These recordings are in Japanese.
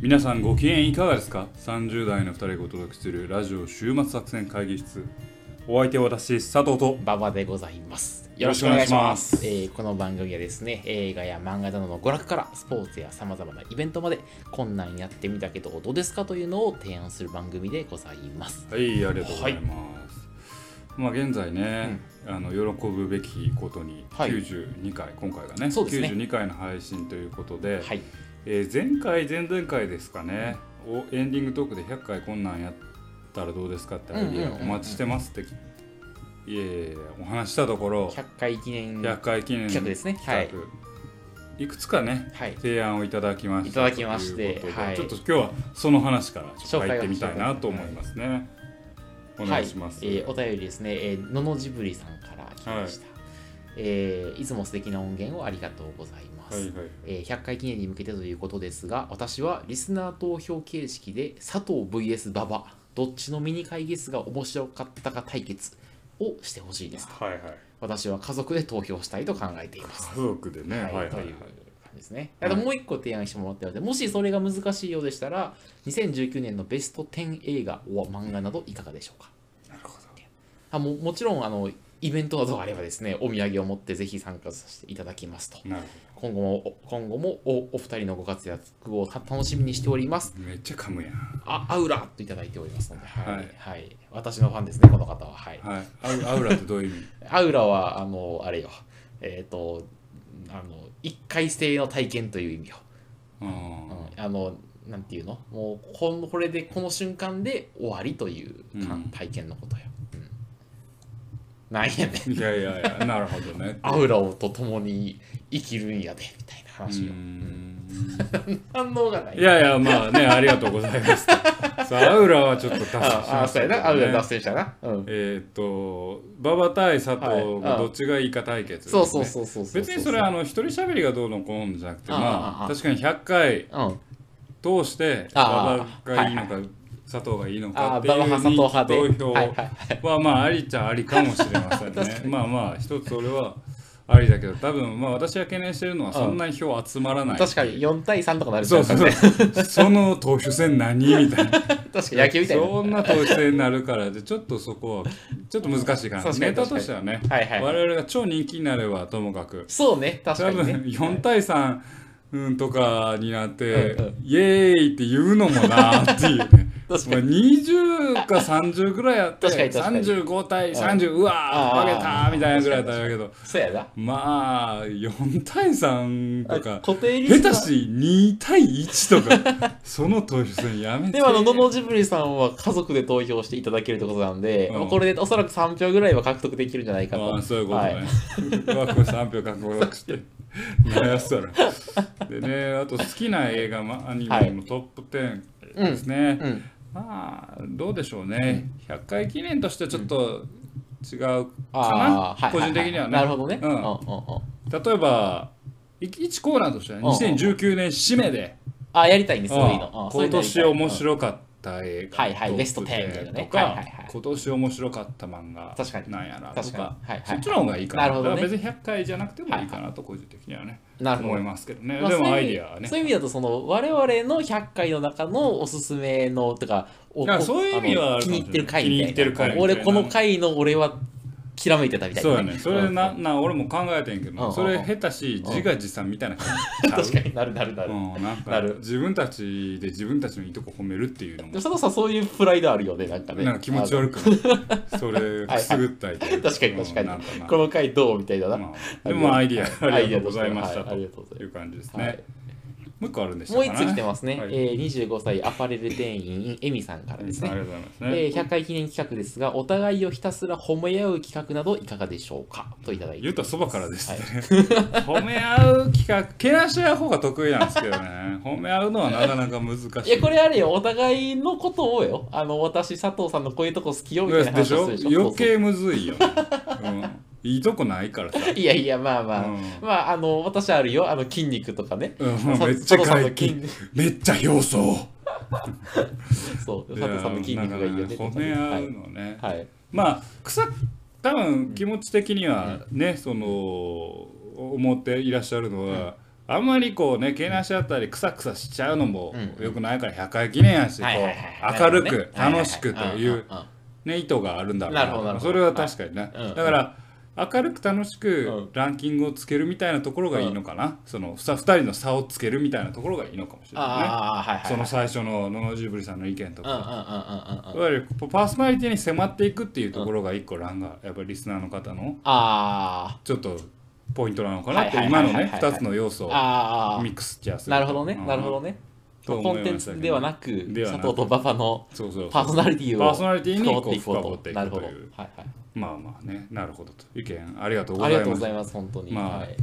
皆さんご機嫌いかがですか ?30 代の2人がお届けするラジオ週末作戦会議室お相手は私佐藤と馬場でございます。よろしくお願いしますえーこの番組はですね、映画や漫画などの娯楽からスポーツやさまざまなイベントまで、こんなんやってみたけどどうですかというのを提案する番組でございます。はいありがとうございます、まあ現在ね、あの喜ぶべきことにはい92回、今回がねそうですね92回の配信ということで、はい。えー前回前々回ですかね、をエンディングトークで100回こんなんやったらどうですかってアイデうんうんィうんアうんお待ちしてますって、いえいえお話ししたところ100回記念100回記念企画ですね企画いくつかねはい。提案をいただきましたいただきましてということではいちょっと今日はその話からちょっと紹入介っをてみたいなと思いますね、お願いします、はいえーお便りですね、えーののじぶりさんから来ました、えーいつも素敵な音源をありがとうございます。はいはいえー100回記念に向けてということですが私はリスナー投票形式で佐藤 VS 馬場どっちのミニ会議室が面白かったか対決をしてほしいですとはいはい私は家族で投票したいと考えています家族でね、はいはいとはいいう感じですね。あともう一個提案してもらったので、もしそれが難しいようでしたら、2019年のベスト10映画や漫画などいかがでしょうか。なるほどあももちろんあのイベントなどがあればですね、お土産を持ってぜひ参加させていただきますと。なる今後もお今後もおお二人のご活躍を楽しみにしております。ほどめっちゃ噛むやんあアウラといただいておりますので、はいはいはい私のファンですね、この方は。はい、はいアウアウラってどういう意味アウラは、あの、あれよ、えっ、と、あの、一回制の体験という意味よ。うんうんあの、なんていうのもうこん、これで、この瞬間で終わりというか、うん体験のことよ。うん、なんやねん。いやいやいやなるほどねアウラをと共に生きるんやで、みたいなう話よ。ん反応がない。いやいやまあねありがとうございますさあアウラはちょっと達成しましたああ、そうやな。アウラ脱線したな。うん。えーっと馬場対佐藤はいあがあどっちがいいか対決ですね、そうそうそうそうう。別にそれはあの一人喋りがどうのこうのじゃなくてああまあああ確かに100回うん。通して馬ああ場がいいのかは佐藤がいいのあかあ、って馬い場う派、佐藤派で。投票はいはい。はまあありっちゃありかもしれませ んねまあまあ一つそれはありだけど多分まあ私が懸念してるのはそんなに票集まらない確かに4対3とかなるそうそそううね。そうその投手戦何みたいな確かに野球みたいな。そんな投手戦になるからでちょっとそこはちょっと難しいかな確かにネタとしてはねはいはい我々が超人気になればともかくそうね、確か多に分ね。 4対3、うん、とかになって、うんうんイエーイって言うのもなっていうね 確かまあ20か30ぐらいやって確かに確かに35対30、うわあーー負けたーみたいなぐらいだったけどそうやな。まあ4対3とか固定リス下ナ手ー。し2対1と かその投手戦やめてでもあの、ののジブリさんは家族で投票していただけるってことなんで、うんこれでおそらく3票ぐらいは獲得できるんじゃないかと。ああそういうことはねい。ワク3票獲得して悩やしたら。でねあと好きな映画まアニメのトップ10ですね。うん。まあどうでしょうね、100回記念としてちょっと違うかな、ああ、はいはいはい。個人的にはね。なるほどね。うんうんうんうん例えばい1コーナーとしてはうんうん2019年締めで、あ、やりたいんですうよ、んいいの。うんそう今いうのやりた年い面白かった映画はいはトいップベスト10みたいなねとか、はいはいはい今年面白かった漫画確かになんやらとか確かにはいはいそっちの方がいいかななるほどねだから別に100回じゃなくてもいいかなと個人的にはね、なるほど思い。ますけどね、まあでそうもいうア意味イディアはねそういう意味だとその我々の100回の中のおすすめのとかおいやそういう意味はあのあるか気もしにれない入ってる回みたい気なに入ってる回みたいな俺この回の俺はきらめいてたみたいなそうやねそれなうんな俺も考えてんけうんうんうどんそれ下手し自画自賛みたいな感じちゃう 確かになるなるなる、うん、なんなかる自分たちで自分たちのいいとこ褒めるっていうのでもも佐藤さんそういうプライドあるよねなんかねなんか気持ち悪くないそれくすぐったいといあうの確かに確かにうんなんかなこの回どうみたいなな、まあ、でもアイディアあアりイデがィアとうごとしてざいましたはいありがとうごとざいいう感じですはねい。もう一個あるんでしもたかう一ねつ来てますね、はいえー25歳アパレル店員エミさんからですありねがとうございますえね。ー100回記念企画ですが、お互いをひたすら褒め合う企画などいかがでしょうかといただいて言うとそばからですはいね。 褒め合う企画、けなし合う方が得意なんですけどね。褒め合うのはなかなか難しいい。や、これあれよ、お互いのことをよ。あの、私、佐藤さんのこういうとこ好きよ、みたいなで話しをょするでしょ。余そう計むずいよね。うんいいとこないから さ。そういやいや、まあまあ。うんまあ、あの、私あるよ、あの、筋肉とかね。うんさめっちゃ佐藤さんの解筋禁肉。めっちゃ表層。そう、佐藤さんの筋肉がいいやなんよね。かね褒め合うのね。はい。はい。まあ草多分気持ち的にはね、その思っていらっしゃるのは、あんまりこうねけなしあったりクサクサしちゃうのもうんよくないから100回記念やしこはいはいはうい明るくなるほどね楽しくといはうね意図があるんだろうなるほどなるほどそれは確かにねうんだから明るく楽しうんくランキングをつけるみたいなところがいいのかなその2人の差をつけるみたいなところがいいのかもしれないねああはいはいその最初の野々ジブリさんの意見とうんうんうんかうんうんいわゆるパーソナリティに迫っていくっていうところが一個欄がやっぱりリスナーの方のあちょっとポイントなのかなってはい今はいはいのはいね2つの要素ーをあミックスチャーするあなるほどねうんなるほどねとコ思ンいテンましたけどツではなくでは佐なく藤と馬場のそうそうそうパーソナリティをパーソナリティに深こ掘うってい深こう掘ってといなるくほとどはいいうはいまあまあねなるほどと意見ありがとうごありざがいとうごますざいます本当にまあはい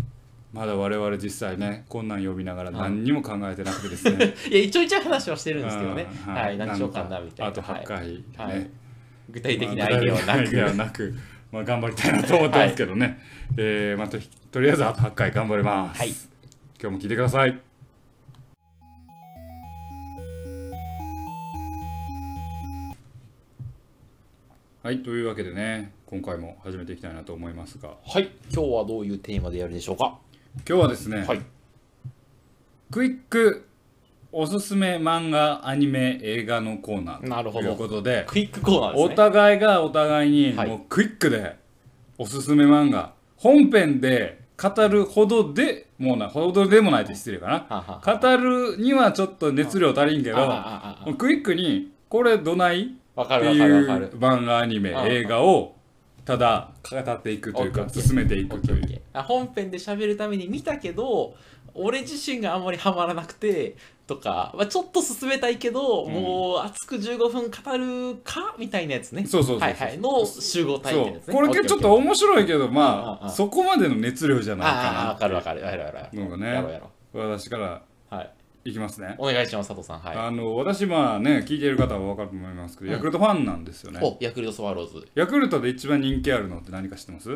まだ我々実際ねこんなん呼びながら何にも考えてなくてですねいや一応一応話はしてるんですけどねあーはい何しようかなみたいなあと8はい回ね、はい具体的まなあアイデアは具な体的アイデアはくなくまあ頑張りたいなと思ってますけどね、えーまあとひとりあえずあと8回頑張ります、はい今日も聞いてくださいはいというわけでね今回も始めていきたいなと思いますがはい今日はどういうテーマでやるでしょうか今日はですね、はいクイックおすすめ漫画アニメ映画のコーナなるーほとどいうことでクイックコーナーおですね互いがお互いにはいもうクイックでおすすめ漫画本編で語るほどでもうなほどでもないって失礼かなはは語るにはちょっと熱量足りんけああどあああもうクイックにこれどないっわてかるわいかるわうかる漫画アニメああ映画をただ語っていくというオかッケー進めていオくッケとーいオッうケーあ本編で喋るために見たけど俺自身があんまりハマらなくてとか、まあ、ちょっと進めたいけど、うんもう熱く15分語るかみたいなやつねそうそうそうそうはいはいの集合体みそたいなやうつねこれけちょっと面白いけどまうんうんあそこまでの熱量じゃオッケーオッケないーああわかかるわかるやろうやろうやろなのがうやろうねやろ私からうはいいきますねお願いします佐藤さんはいあの私まあね聞いてる方は分かると思いますけど、うんヤクルトファンなんですよねおヤクルトスワローズヤクルトで一番人気あるのって何か知ってます、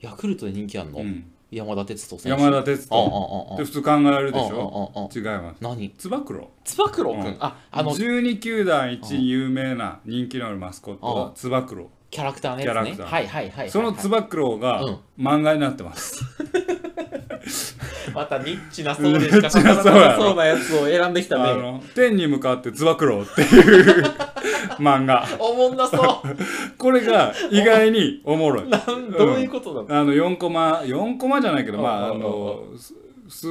ヤクルトで人気あんの、うん、山田哲人選手山田哲うんう人っんうんうてん普通考えられるでしうんうんょ違います何つば九郎つば九郎くん、うんああの12球団一有名な人気のあるマスコットうはんつば九郎キャラクターのやつキねャラクターはいはいはいはい、はい、そのつば九郎がうん漫画になってます、またニッチな層でしか 刺さらなさそうなやつを選んできたあね。の天に向かってつば九郎っていう 漫画おもんな そう。これが意外におもろいなんどういうことだあの4コマ4コマじゃないけどまああうんうんのす数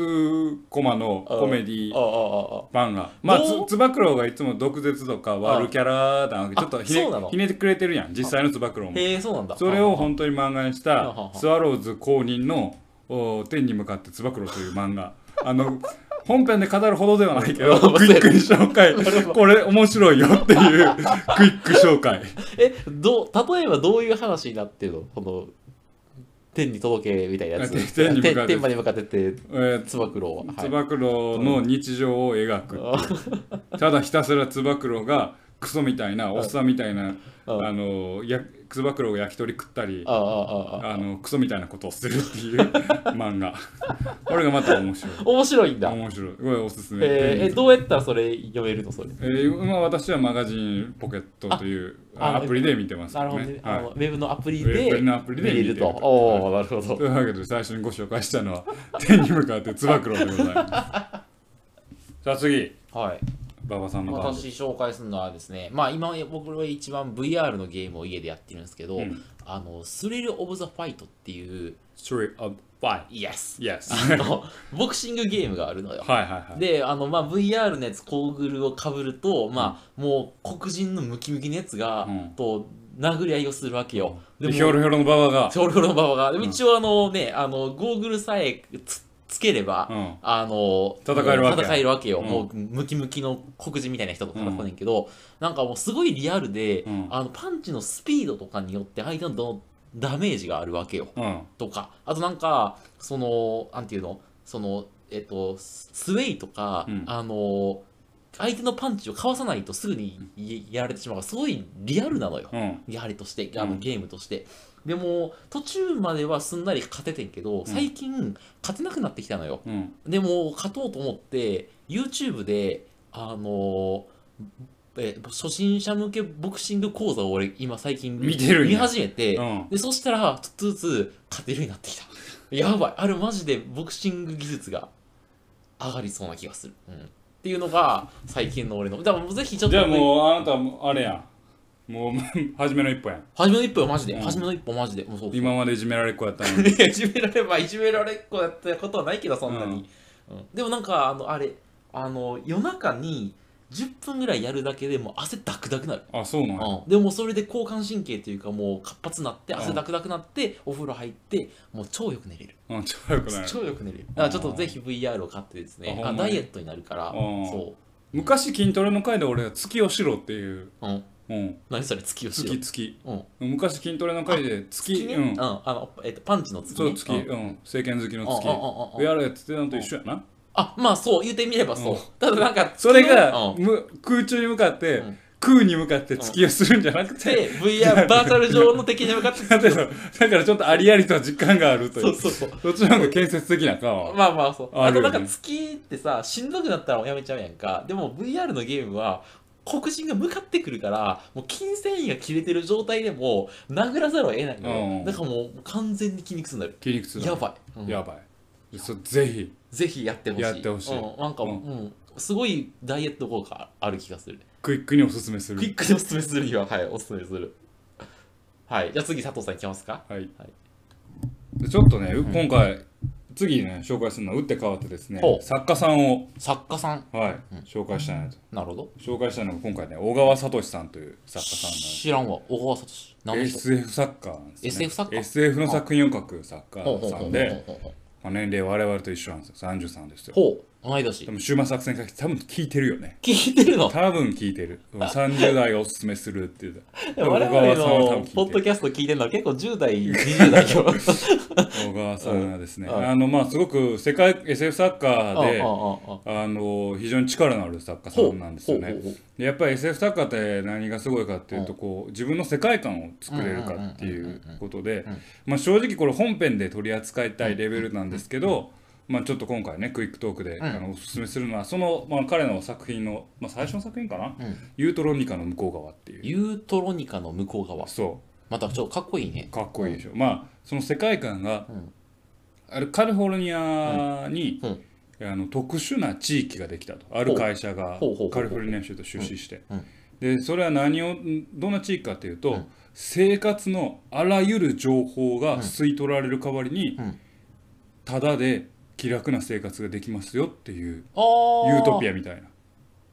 コマのコメディああああ漫画まあどうつつば九郎がいつも毒舌とか悪キャラだなちょっとひあねそうなのひねってくれてるやん実際のつば九郎もへえ、そうなんだ。それを本当に漫画にしうんうんたうんスワローズ公認のお天に向かってつば九郎という漫画あの本編で語るほどではないけ どうんクイックに紹介るほどこれ面白いよっていうクイック紹介え、どう、例えばどういう話になってるのこの、天に届けみたいなやつ。天に向かって天天まで向かってって、えーつば九郎は。はいつば九郎の日常を描く、ただひたすらつば九郎がクソみたいなおっさんみたいな、うんあのやつば九郎が焼き鳥食ったりああ、あああ、ああ。のクソみたいなことをするっていう 漫画これがまた面白い面白いんだ。面白いこれおすすめ、えーえ、どうやったらそれ読めるのそれ。えー今私はマガジンポケットというああアプリで見てますけなるほどねね。あのはウェブのアプリウェでブのアプリ見で見れれるると。おお、なるほどい、と。いうわけで最初にご紹介したのは「天に向かってつば九郎」でござい ますさあ次はい。馬場さんの番です私紹介するのはですね、まあ今僕が一番 VR のゲームを家でやってるんですけど、うんあの、スリル・オブ・ザ・ファイトっていう、 Story of Fight イエス Yes あの、ボクシングゲームがあるのよ。はいはいはいで、あの、まあ VR のやつ、ゴーグルをかぶると、まあもう黒人のムキムキのやつが、うんと殴り合いをするわけよ。でもヒョロヒョロの馬場がヒョロヒョロの馬場が、でも一応あのね、あの、ゴーグルさえつつければ、うんあの戦えるわけ戦えるわけよ、うんもうムキムキの黒人みたいな人と戦うねんけど、なんかもうすごいリアルで、うんあのパンチのスピードとかによって相手のどのダメージがあるわけようんとかあとなんかそのなんていうのそのえっとススウェイとか、うんあの相手のパンチをかわさないとすぐにいやられてしまうからすごいリアルなのよ、うんやはりとしてあうのんゲームとして、でも途中まではすんなり勝ててんけど最近勝てなくなってきたのよ、うんでも勝とうと思って YouTube であのーえー初心者向けボクシング講座を俺今最近見てるんや見始めて、うんでそしたらちょっとずつ勝てるようになってきた やばいあれマジでボクシング技術が上がりそうな気がする、うん、っていうのが最近の俺のだからもうぜひちょっじとゃあもうあなたもあれやんもう 初めの一歩やん初めの一歩はマジで、うん初めの一歩マジでもうそうそう今までいじめられっ子やったのに いやいじめらればいじめられっ子やったことはないけどそんなに、うんでもなんかあのあれあの夜中に10分ぐらいやるだけでもう汗ダクダクなる、あそうなんやうん、でもそれで交感神経というかもう活発になって汗ダクダクなってお風呂入ってもう超よく寝れるうんちょよくない超よく寝れるだからちょっとぜひ VR を買ってですあねほんまあにダイエットになるからんそ昔筋トレの回で俺は月をしろっていう、う、うん、うん、何それ月をしよ月月う、うん、昔筋トレの回で月月ね、ううんんあのえっと、パンチの月、ね、そう月んうん政権好きのうんうんうんうん月やれって言ってたのと一緒やなあまあそう言ってみればそう、うんただなんかそれがうんむ空中に向かってうん空に向かって月をするんじゃなくてで VR バーチャル上の敵に向かってだってそうだからちょっとありありと実感があるといそううそうそう そっちの方が建設的なかはまあまあそうああるとよねなんか月ってさしんどくなったらもうやめちゃうやんかでも VR のゲームは黒人が向かってくるからもう筋繊維が切れてる状態でも殴らざるを得ないのよ、うんだからもう完全に筋肉痛になる筋肉痛だやばい、うんやばいそぜひぜひやってほしいやってほしいうん、なんか、ううんんすごいダイエット効果ある気がするクイックにおすすめすクイるックでおすすめするにははいおすすめするはいじゃあ次佐藤さんいきますかはいはいでちょっとね今回次ね紹介するのは打って変わってですねほう作家さんを作家さんはい紹介したいなとなるほど紹介したいのが今回ね小川聡さんという作家さんなんです知らんわ小川聡何の人 SF 作家なんです、ね、 SF 作家 SF の作品を書く作ほう家ほうさほんうで、ほうほうまあ、年齢我々と一緒なんですよ33ですよほう同い年でも終末作戦会議多分聞いてるよね聞いてるの多分聞いてるうん30代がおすすめするって言ってた 我々のポッドキャスト聞いてるのは結構10代20代よ小川さんはですね、うんうんあのまあすごく世界 SF 作家うんうんで、あの非常に力のある作家さんなんですよねほうほうほうほでやっぱり SF 作家って何がすごいかっていうとこう自分の世界観を作れるかっていうことでうんうんうんうんうん、まあ、正直これ本編で取り扱いたいレベルなんですけど、まあ、ちょっと今回ねクイックトークでんあのおすすめするのはその、まあ、彼の作品の、まあ、最初の作品かなううん「ユートロニカの向こう側」っていうユートロニカの向こう側そまたちょっとかっこいいねうかっこいいでしょ、まあその世界観がうんあるカリフォルニアに、うんあの特殊な地域ができたとある会社がほうほうほうほうカリフォルニア州と出資して、うんうんでそれは何をんどんな地域かというと、うん生活のあらゆる情報が吸い取られる代わりに、うんただで気楽な生活ができますよっていうあーユートピアみたいな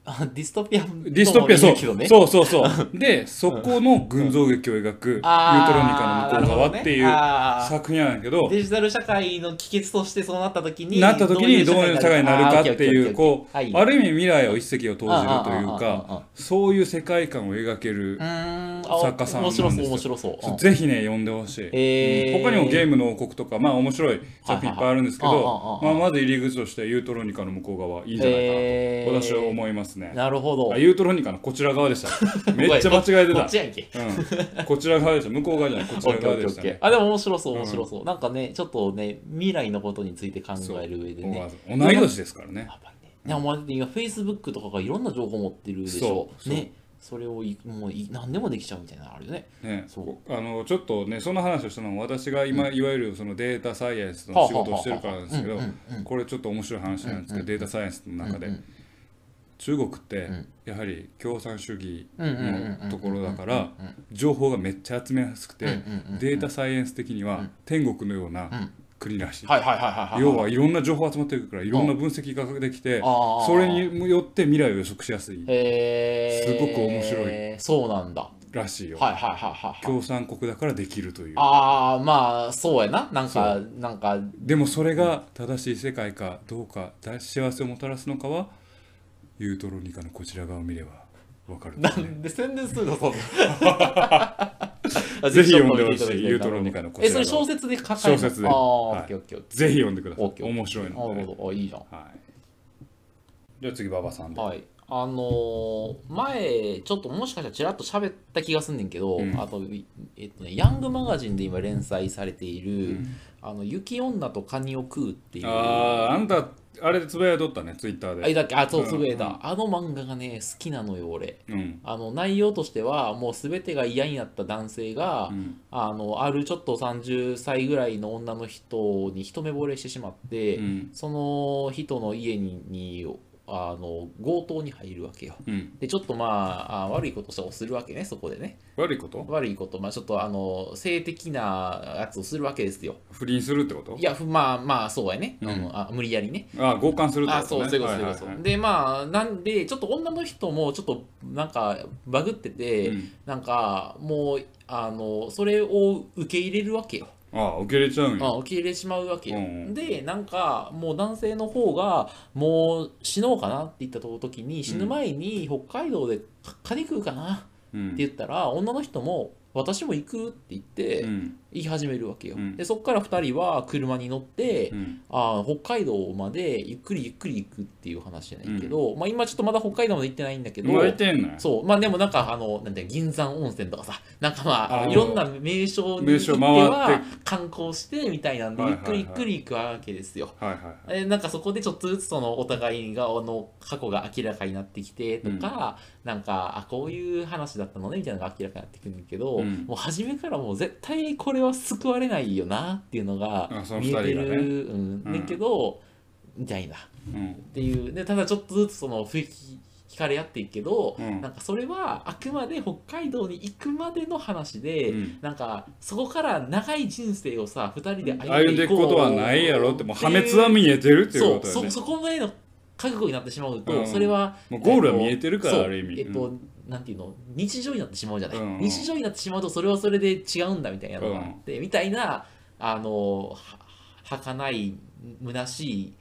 あ ディストピアともディストピア言そううけどねそうそうそう でそこの群像劇を描く「ユートロニあカの向こう側」っていうなるほどねあー作品なんだけど、デジタル社会の帰結としてそうなった時になった時にどういう社会になるかっていうこうああるる意味未来を一石を投じるというあああああああかそういう世界観を描けるうーんあ作家さんなん面ですよ白そう面白そううんぜひね読んでほしい、へーうん他にも「ゲームの王国」とかまあ面白い作品いっぱいあるんですけはいはどいまはあいまず入り口として「ユートロニカの向こう側」いいんじゃないかへなーと私は思いますねなるほどあユートロニカのこちら側でした めっちゃ間違えてこたっちやんけうん、こちら側でした向こう側じゃないこちオらッケーオ側ッケでーオしッたケーねあでも面白そう面白そうなんかねちょっとね未来のことについて考える上でねそう同い年ですからねやばいねでもまあ今 Facebook とかがいろんな情報持ってるでしょそうそうねそれをいもうい何でもできちゃうみたいなのあるよねねそうこあのちょっとねその話をしたのも私が今、いわゆるそのデータサイエンスの仕事をしてるからなんですけどはあはあはあはあうんうんうんこれちょっと面白い話なんですけど、うんうんうんデータサイエンスの中で、うんうん中国ってんやはり共産主義うんうんうんうんうんのところだから情報がめっちゃ集めやすくて、うんうんうんうんデータサイエンス的には天国のよううなん国らしい。はいはいはいはいはい要はいろんな情報集まってるからいろんな分析ができてあーそれによって未来を予測しやすいへーすごく面白そうなんだはらしいよいはいはいはいはい共産国だからできるというああまあそうやななんかなんかでもそれが正しい世界かどうかだ幸せをもたらすのかはユートロニカのこちら側を見ればわかるんなですねんで宣伝するのそんな ぜひ読んでほしいユートロニにカのこえちそられ側小説で書かれたの小説でああはいオッケーオッケーオッケぜひ読んでくだーオッケさいーオッケー面白いのなで、るほどあいいじゃんはい、じゃあ次馬場さんで、はいあのー前でちょっともしかしたらちらっと喋った気がすんねんけど、うんあと、えっとね、ヤングマガジンで今連載されているう「んあの雪女とカニを食う」っていうあああんたあれでつぶやいとったねツイッターあれでだっけあそううんつぶやいた、あの漫画がね好きなのよ俺うんあの内容としてはもう全てが嫌になった男性が、うんあのあるちょっと30歳ぐらいの女の人に一目惚れしてしまって、うんその人の家ににあの強盗に入るわけようんでちょっとまああ悪いことをするわけねそこでね悪いこと悪いことまあちょっとあの性的なやつをするわけですよ不倫するってこといやふまあまあそうやね、うんうんあ無理やりねああ交換するってことあねそうそういうことそういうこと、はいはいはいでまあなんでちょっと女の人もちょっとなんかバグってて、うんなんかもうあのそれを受け入れるわけよ、ああ受け入れちゃうんやあ受け入れてしまうわけよ、うんうんでなんかもう男性の方がもう死のうかなって言った時に死ぬ前に北海道でカニ食うかなってうん言ったら、女の人も私も行くって言って、うん言い始めるわけよ、うんでそっから2人は車に乗って、うんあー北海道までゆっくりゆっくり行くっていう話じゃないけど、まあ、今ちょっとまだ北海道まで行ってないんだけど、もういてんのやそうまあでもなんかあのなんていうの銀山温泉とかさなんかまああーいろんな名所に行名って所回っては観光してみたいなんではいゆっはいくはいりゆっくり行くわけですよ。はいはいえなんかそこでちょっとずつそのお互いがあの過去が明らかになってきてとか、なんかあこういう話だったのねみたいなのが明らかになってくるんだけど、うんもう初めからもう絶対これは救われないよなっていうのがあその二見え人がてねるうんうんだけど、みたいなっうんていうでただちょっとずつその雰囲気惹かれ合っていくけど、うんなんかそれはあくまで北海道に行くまでの話で、うんなんかそこから長い人生をさ2人で歩歩んんででいくいこうことはないやろってもう破っ滅ていうは見えてるっていうことそだうねそそこまでの覚悟になってしまうと、うんそれはもうゴールは見えてるからそうある意味えっと、なんていうの日常になってしまうじゃない、うんうん日常になってしまうとそれはそれで違うんだみたいなのがあって、みたいなあのは儚い虚しい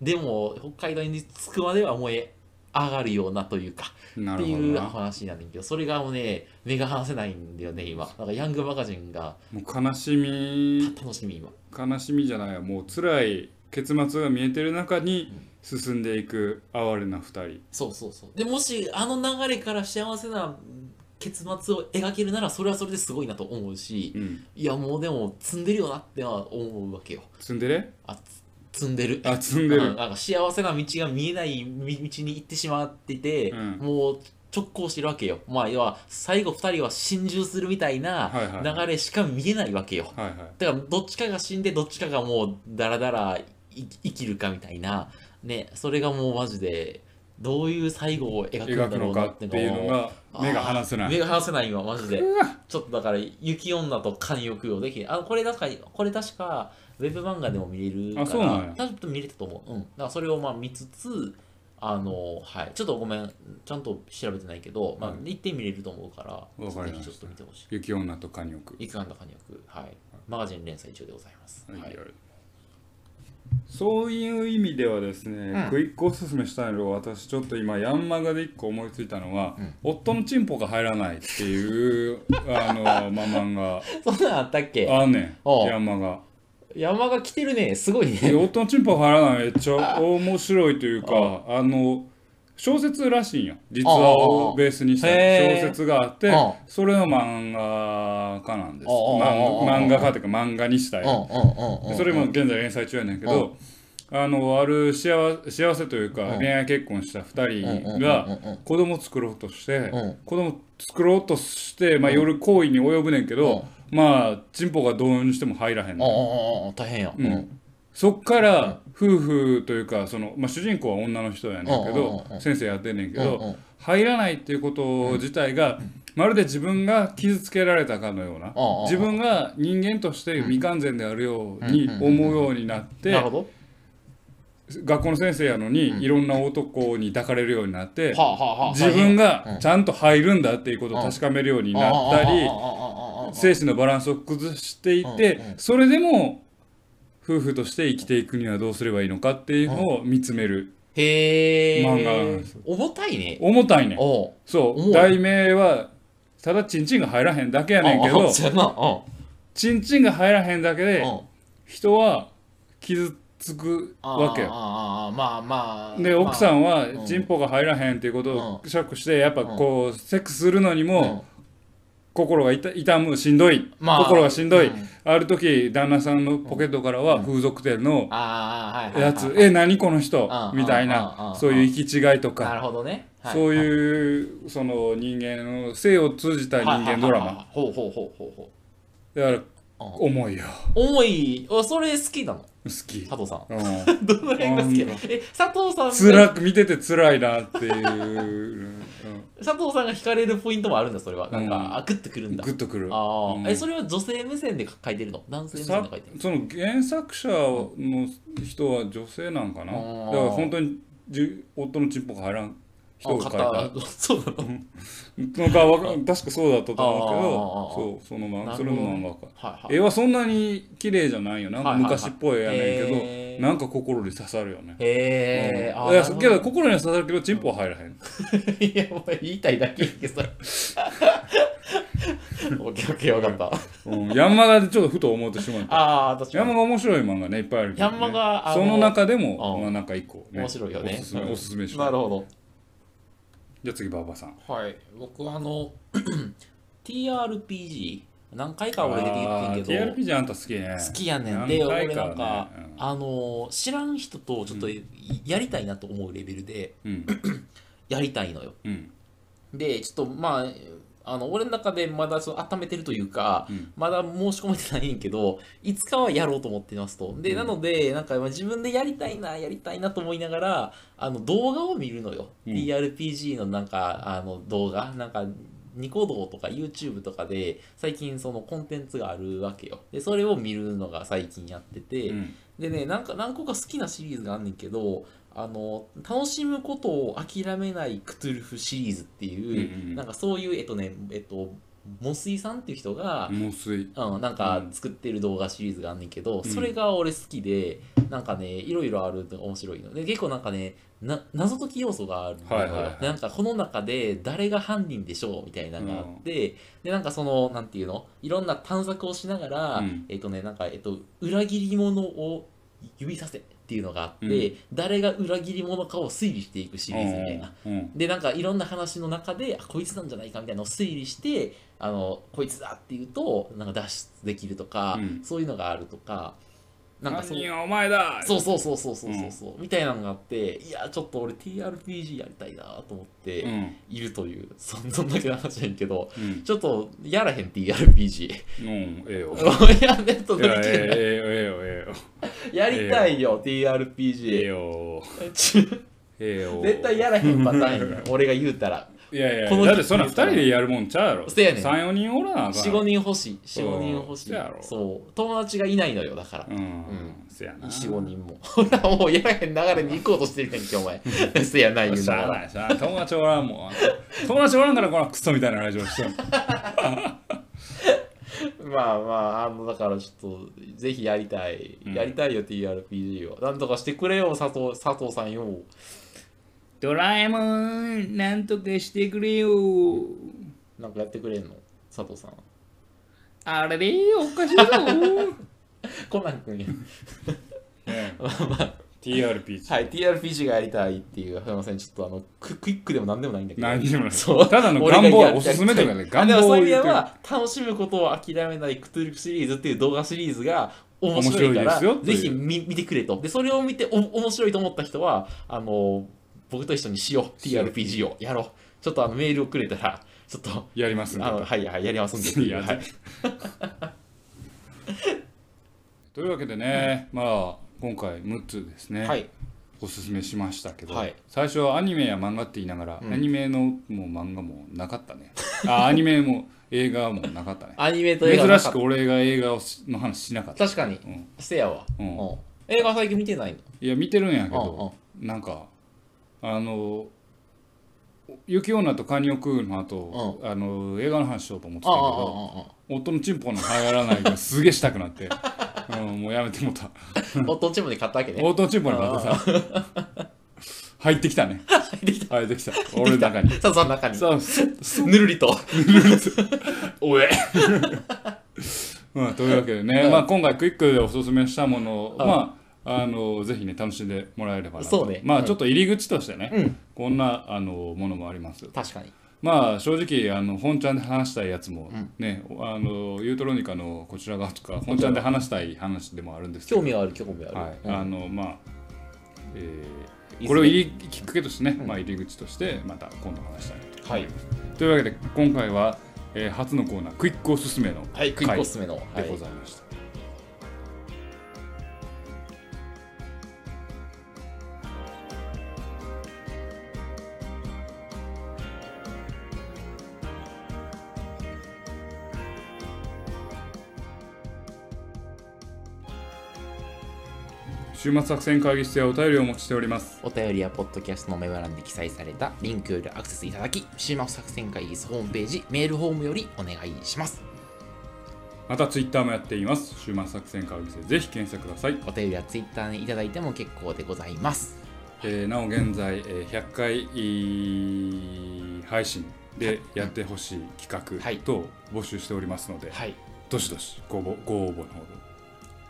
でも北海道に着くまでは燃え上がるようなというかなっるてほどいうな話なんだけどそれがもうね目が離せないんだよね今なんかヤングマガジンがもう悲しみ楽しみ今悲しみじゃないわもう辛い結末が見えてる中に進んでいく哀れな二人そうそうそうでもしあの流れから幸せな結末を描けるならそれはそれですごいなと思うしうんいやもうでも積んでるよなっては思うわけよ積んでれあつ積んでるあ積んでうんるなんか幸せな道が見えないみ道に行ってしまってて、うんもう直行してるわけよまあ要は最後2人は心中するみたいなはいはいはい流れしか見えないわけよ、はいはいだからどっちかが死んでどっちかがもうダラダラい生きるかみたいなねそれがもうマジでどういう最後を描く描くんだろのうなかっってていいううののがが目が離せなあー目いが離せない今マジでうわちょっとだから雪女と慣用句をできあこれ確かにこれ確かウェブ漫画でも見れるからあそうなんや多分見れたと思ううんだからそれをまあ見つつあのはいちょっとごめんちゃんと調べてないけど、まあは、い一点見れると思うからわかりましたぜひちょっと見てほしい雪女とカニオクいかんだかによく、はい、マガジン連載中でございます。はいはい、そういう意味ではですね、うんクイックおすすめしたいのは私ちょっと今ヤンマガで一個思いついたのは、うん夫のチンポが入らないっていうあのまあ漫 画そんなんあったっけあんねおんうヤンマガ山が来てるね、すごいでね。夫のチンポが入らないめっちゃ面白いというかあの小説らしいんよ実話をベースにしたああああへえ小説があってああそれの漫画家なんですああああああ漫画漫画家というか漫画にしたういんうんうんうん。それも現在連載中やねんけど、あのある幸せ幸せというか、うん恋愛結婚した2人うんうんがうんうん子供作ろうとして、うん子供作ろうとして、まあ、夜行為に及ぶねんけど、まあチンポがどうにしても入らへんああの、ああ大変や。うんそっから夫婦というかその、まあ、主人公は女の人やねんけうんうんどうん、うん先生やってんねんけど、うんうん入らないっていうこと自体が、まるで自分が傷つけられたかのような、うんうん自分が人間として未完全であるように思うようになって、なるほ学校の先生やのに、いろんな男に抱かれるようになって、ど。はあはあはあ。自分うがんちゃんと入るんだっていうことを確かめるようになったり、り、精神のバランスを崩していって、うんうんそれでも夫婦として生きていくにはどうすればいいのかっていうのを見つめる、へえ。漫画なんです重たいね。重たいねんおうそ重うい題名はただチンチンが入らへんだけやねんけああどそうやな。うんチンチンが入らへんだけでうん人は傷つくあーわけよ。あーあーまあまあで奥さんんはうん人ポが入らへんっていうことをショックしてやっぱこうセックスするのにもも心が痛痛むしんどいまあ心がしんどいうんある時旦那さんのポケットからは風俗店のああはいはいはいやつ「え何この人う」んみたいうんうんうなんそういう行き違いとなかるほどね、そうういうその人間の性を通じた人間ドラマほうほうほうほうほだから重いよう重いあそれ好きなの好き佐藤さんうんどの辺が好きなのあえ佐藤さんが辛く見てて辛いなっていう、 佐藤さんが惹かれるポイントもあるんだそれはなんうんか、あグッとくるうんん、だグッとくるああ、うんえそれは女性目線で書いてるの男性目線さで書いてるその原作者の人は女性なんかなあだかーら本当にじゅ夫のチンポが入らん人のが書いあた肩そうなののがわか確かそうだったとあー思うけどそうその漫画なるほどねそれの漫画かはいはい絵はそんなに綺麗じゃないよな、はいはいはい昔っぽいやねんけど、へーなんか心に刺さるよねへえ、うんあいやなるほけどど心には刺さるけどチンポは入らへん、いや、お前言いたいだけやけどさ。オッケーオッケー、わかった。 うん、ヤンマガでちょっとふと思ってしまったああ、確ヤかンマに。が面白い漫画ねいっぱいあるけど、ね、ヤンマがあのその中でも、うんまあ、なんか一個、ね、面白いよねおすすめうんおすすめしまなるすほじゃあ次バーバさんど。はい。僕はあの、TRPG、何回か俺出てきてんあーけ TRPG あんた好きねど、好きやねん。で、何回俺かなんかね、あの、知らん人とちょっとやりたいなと思うレベルで、うんやりたいのよ。うんで、ちょっとまあ、あの俺の中でまだその温めてるというか、うんまだ申し込めてないんやけど、いつかはやろうと思っていますと。で、うんなので、なんかまあ自分でやりたいな、やりたいなと思いながら、あの動画を見るのよ。うん TRPG のなんか、あの動画、なんか、ニコ動とか YouTube とかで、最近そのコンテンツがあるわけよ。で、それを見るのが最近やってて、うんでね、なんか何個か好きなシリーズがあんねんけど、あの、楽しむことを諦めないクトゥルフシリーズっていう、うんうんなんかそういう、えっとね、えっと、モスイさんっていう人が、もうすいうん、なんか作ってる動画シリーズがあんねんけど、うんそれが俺好きでなんかねいろいろあるの面白いので結構なんかねな謎解き要素があるのよはいはいはいなんかこの中で誰が犯人でしょうみたいなのがあって、でなんかそのなんていうのいろんな探索をしながら、うんえっとねなんか、えっと、裏切り者を指させっていうのがあって、うん誰が裏切り者かを推理していくシリーズみたいな。うんでなんかいろんな話の中であこいつなんじゃないかみたいなのを推理してあのこいつだっていうとなんか脱出できるとか、うんそういうのがあるとかなんか犯そう人はお前だそうそうそうそうそうそうそう、みたいなのがあっていやちょっと俺 TRPG やりたいなと思っうてんいるという、そん、 そんだけの話やんけどうんちょっとやらへん TRPG うんええよ やんねんといでや えきえよてないええよやりたいよええ TRPG よ 絶ええよ対やらへんパター ンやん俺が言うたらいやいやこのだってそんな2人でやるもんちゃうやろせやねん34人おらなあかん45人欲しい45人欲しそうやろいそう友達がいないのよだからうん、んせやな45人もほらもうやらへん流れに行こうとしてるやんけお 前せやない言うしなゃあらないしゃあない友達おらんもん友達おらんからこのクソみたいなラジオして んのまあまああのだからちょっとぜひやりたいうんやりたいよ TRPG をなんとかしてくれよ佐藤佐藤さんよドラえもんなんとかしてくれよなんかやってくれんの佐藤さんあれでおかしいぞコナン君や TRPG はい TRPG がやりたいっていうすいませんちょっとあのククイックでもなんでもないんだけど何にもないそうただの俺願が望やおりたいすすめとかねあ願でも望をそうい言えってるば楽しむことを諦めないクトゥルフシリーズっていう動画シリーズが面白い面か白いらですよっていぜうひ見見てくれとでそれを見てお面白いと思った人はあの僕と一緒にしようしよう TRPG をやろうちょっとあのメールをくれたらちょっとやりますんであのはいはいやりますんでっていうやってはい というわけでね、まあ今回6つですね、はいおすすめしましたけど、はい最初はアニメや漫画って言いながら、うんアニメのもう漫画もなかった ねあアニメも映画もなかったねアニメ と映画珍なしかっく俺が映画をしの話しなかった確かにうんたせやわうんうん映画最近見てないのいや見てるんやけうんうんどなんかあの雪女とカニを食うの後あの映画の話しようと思ってたあんあやあけど夫のチンポの入らないがすげえしたくな ってうんもうやめてもうたああああどっちもで買ったわけね夫のチンポになってさ入ってきたね入ってき た俺の中に佐藤さんの中にさあすぬるりとおえまあというわけでね、まあ、今回クイックでおすすめしたものを、はいまああのぜひね楽しんでもらえればなとそうねまうあんちょっと入り口としてね、うんこんなあのものもあります確かに。まあ正直あの本ちゃんで話したいやつもうんね、あのユートロニカのこちら側とか本ちゃんで話したい話でもあるんですけど興味はある、興味はあはる。い、あのまあ、えいいっすー、ねこれを入りきっかけとしてね、うんまあ入り口としてまた今度話したいとはい思います、というわけで今回は、えー初のコーナークイックおすすめのうんはい、クイックおすすめの。はでいございました、週末作戦会議室でお便りをお持ちしておりますお便りやポッドキャストのメモ欄で記載されたリンクよりアクセスいただき、週末作戦会議室ホームページ、メールフォームよりお願いします。またツイッターもやっています週末作戦会議室でぜひ検索くださいお便りやツイッターにいただいても結構でございます。えーなお現在、えー100回えー配信でやってほしい企はい画と募集しておりますので、はい。どしどしご応募ご応募のほ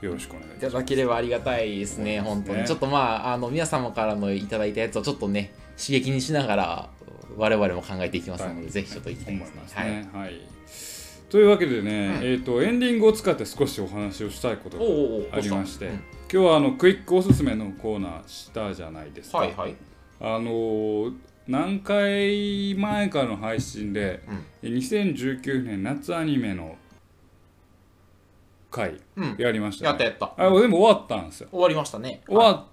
どよろしくお願いいいたたしまだければありがたいですね、そうですね本当に。ちょっとまあ、あの、皆様からのいただいたやつをちょっとね、刺激にしながら、我々も考えていきますので、はいぜひちょっと行きす。たい思いですねま。すはい。ね。はい、というわけでね、うんえー、とエンディングを使って少しお話をしたいことおがうおうおうありまして、どう今し日はあのクイックおすすめのコーナーしたじゃないですたか。はいはい。あのー何回前かの配信で、2019年夏アニメの回うん。やりました、ねやったやった。あれでも終わったんですよ終わりましたね。終わっ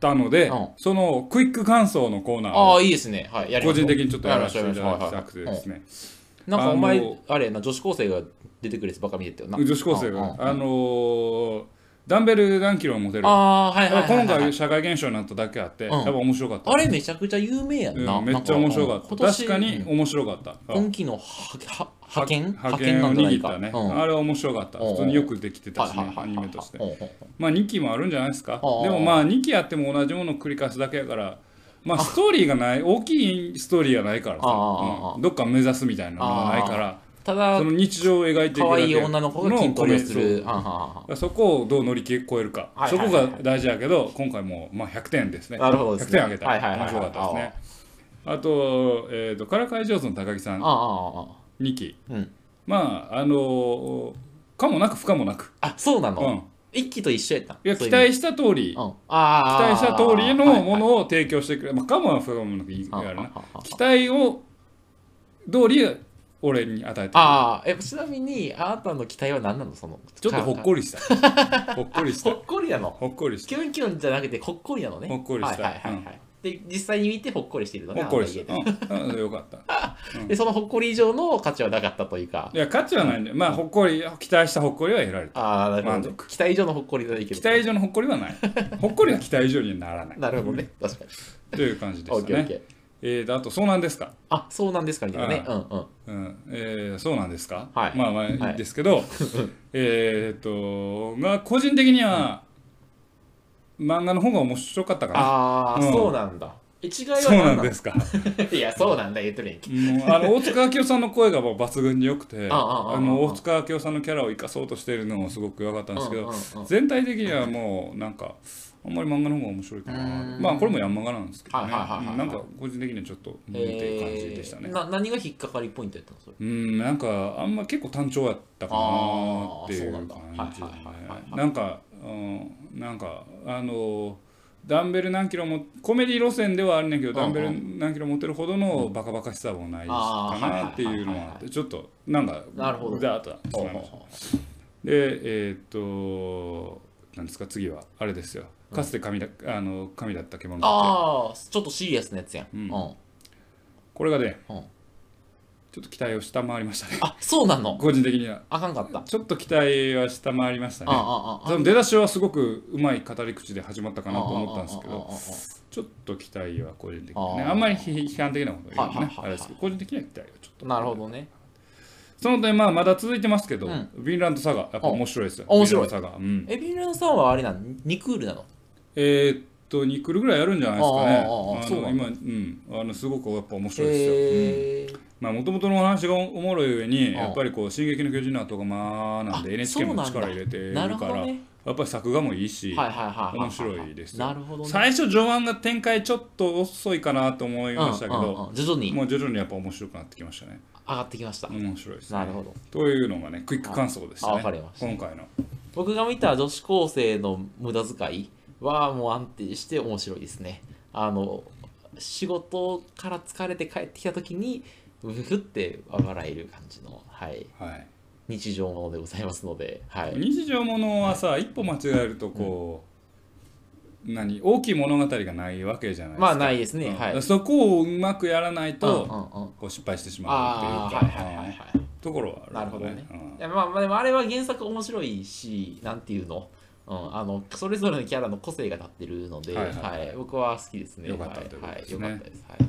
たので、うんそのクイック感想のコーナーあをあ、いいですね。はい。やり個ましょう人的にちょっとやらせやてりいましたょうだきたくてですね、なんかお前、あのあれやな、女子高生が出てくるやつばっか見てたよな。女子高生が、うんうんあのーダンベル何キロ持てるああー、はいはいはいはい、今回社会現象になっただけあって、うんやっぱ面白かった、あれめちゃくちゃ有名やんな。うんめっちゃ面白かったなん今年確かに面白かった、うん今期のはは派遣派遣を握ったね、うんあれは面白かったうん普通によくできてたしはいねはいはいはいアニメとしてうんうんうんまあ2期もあるんじゃないですかでああもまあ2期やっても同じものを繰り返すだけやからまあストーリーがない大きいストーリーがないからさああああうんどっか目指すみたいなのがないからただそ、の日常を描いていく可だけ愛い女の子が筋トレをすのる。コメあはそうそこをどう乗り越えるか、はいはいはいそこが大事やけど今回もまあ100点ですねなるほどですね100点あげた、はいはいはいは面い白かったですねあと,、えー、とからかい上手の高木さあんはあはあああ2期ああうん。まああのかもなく不可もなく、あ、そうなうの、ん、一期と一緒やったんいやそ期ういう意味待した通り、うん、あ期ー待した通りのもはのを提供してくれ、まあ、かもは不可もなくいいかいはいらはいなあああ期待を通り俺に与えてああえちなみにあなたの期待は何なのそのちょっとほっこりしたほっこりしほたっこりなのほっこりしたキュンキュンじゃなくてほっこりなのねほっこりしたはいはいはい、はいで実際に見てほっこりしてるのほねっこりしあたなたのうんうんよかった家ででそのほっこり以上の価値はなかったというかいや価値はないんでまあほっこり期待したほっこりは得られたああなるほ満ど足期待以上のほっこりはいいけ期ど待以上のほっこりはない ほっこりは期待以上にはならないなるほどね確かにという感じでしオッたケーオッねケーえーとあとそうなんですかあそうなんですかみたいなねあうんうんうんえーそうなんですか、はいまあまあいいんですけど、 えーっとが個人的には、漫画の方が面白かったかなああ、うんそうなんだ。え違いは。そうなんですすか いや、そうなんだ、言ってるやんけ。もうあの大塚明夫さんの声がもう抜群に良くてああああの大塚明夫さんのキャラを生かそうとしているのもすごく良かったんですけうんどうんうん全体的にはもうなんかあんまり漫画の方が面白いかなうんまあこれもヤンマガなんですけどねはいはいはいはいうんなんか個人的にはちょっと見てる感じでしたねえーな何が引っかかりポイントやったのそれ。うんなんかあんま結構単調やったかなっていう感じであーそうなんだはいはいはいはいねなんか、うん、なんかあのダンベル何キロもコメディ路線ではあるねんけどうんうダんンベル何キロ持ってるほどのバカバカしさもないかなっていうのはあってちょっとなんかなるほどザーッとなってしまいましたでえーっとなんですか次はあれですよかつて神だあの神だった獣だってああ、ちょっとシリアスなやつやん。ううんん。これがねうんちょっと期待を下回りましたねあそうなの。個人的にはあかんかった。あちょっと期待は下回りましたねああああ多分出だしはすごくうまい語り口で始まったかあなと思ったんですけあああどちょっと期待は個人的にねあーあんまり批判的なことは言うのはいはいはいねはいあれですけど個人的には期待はちょっとなるほどね。その点まあまだ続いてますけどうヴんィンランドサガやっぱ面白いですよあ面白いヴィンランドサガうんエビランさんはあれなのニクールなのえーっと2クールぐらいやるんじゃないですかねあーあーあーあそうのなんだ今うんあのすごくやっぱ面白いですようんへえ。まあもともとのお話がおもろい上に、んやっぱりこう「進撃の巨人」の後がまあなんであ NHK もそうなんだ力入れてるなるかほどらねやっぱり作画もいいし、はいはいはいはいは面白いですよなるほどね最初序盤が展開ちょっと遅いかなと思いましたけど、うんうんうん徐々にもう徐々にやっぱ面白くなってきましたね上がってきました、面白いですねなるほどというのがねクイック感想でしたねあわかりました今回の僕が見た女子高生の無駄遣いはもう安定して面白いですねあの仕事から疲れて帰ってきた時にふふって笑える感じの、はい、はい日常ものでございますので、はい、日常ものはさ、一歩間違えるとこう、何大きい物語がないわけじゃないですかまあないですねうんはいそこをうまくやらないと、うんうんうんこう失敗してしまあうあというはいか、はいはいはいところはあなるほどよね。いやまあまあでもあれは原作面白いし、なんていうの、うん、あのそれぞれのキャラの個性が立ってるので、ははいいはいはい僕は好きですね。よかったはいということはいですよねかったです。はい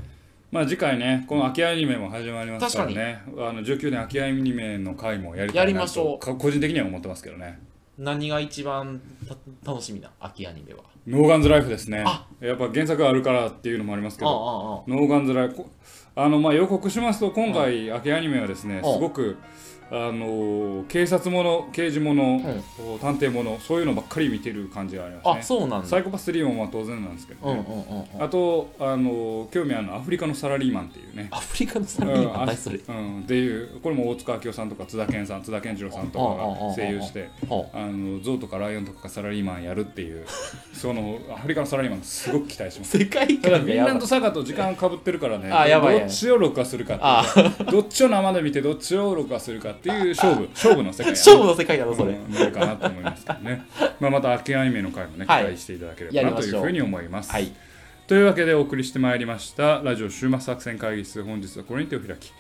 まあ次回ねこの秋アニメも始まりますからねあの19年秋アニメの回もやりたいなとやりましょうか個人的には思ってますけどね何が一番た楽しみな秋アニメは。ノーガンズライフですねあやっぱ原作があるからっていうのもありますけああどああノーガンズライフこあのまあ予告しますと今回秋アニメはですねうんすごくあのー警察もの刑事もの探偵ものそういうのばっかり見てる感じがありあまあすねそうなんサだ。イコパス3もまあ当然なんですけうどんうんねうんうん。あとあのー興味あるのはアフリカのサラリーマンっていうねアフリカのサラリーマンうん何それ。うん、っていうこれも大塚明夫さんとか津田健さん津田健次郎さんとかが声優してほあの象とかライオンとかがサラリーマンやるっていう そのアフリカのサラリーマンすごく期待しうます世界ただ観フがィンやラばンいド。サガと時間かぶってるからねあやばいやどばいっちを録画するかあっていうどっちを生で見てどっちを録画するかっていう勝負勝負の世界 勝負の世界なのそれ。うんなるかなと思いますけどね、まあ、また秋アニメの回もね期はい待していただければやりなまとしいょううふうに思います、はい。というわけでお送りしてまいりましたラジオ終末作戦会議室本日はこれに手を開き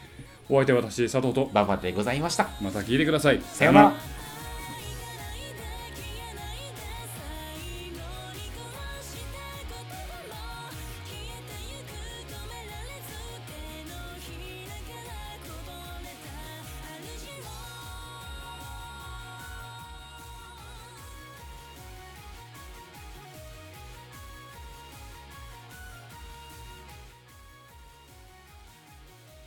お相手は私佐藤とババでございました。また聞いてくださいさようなら。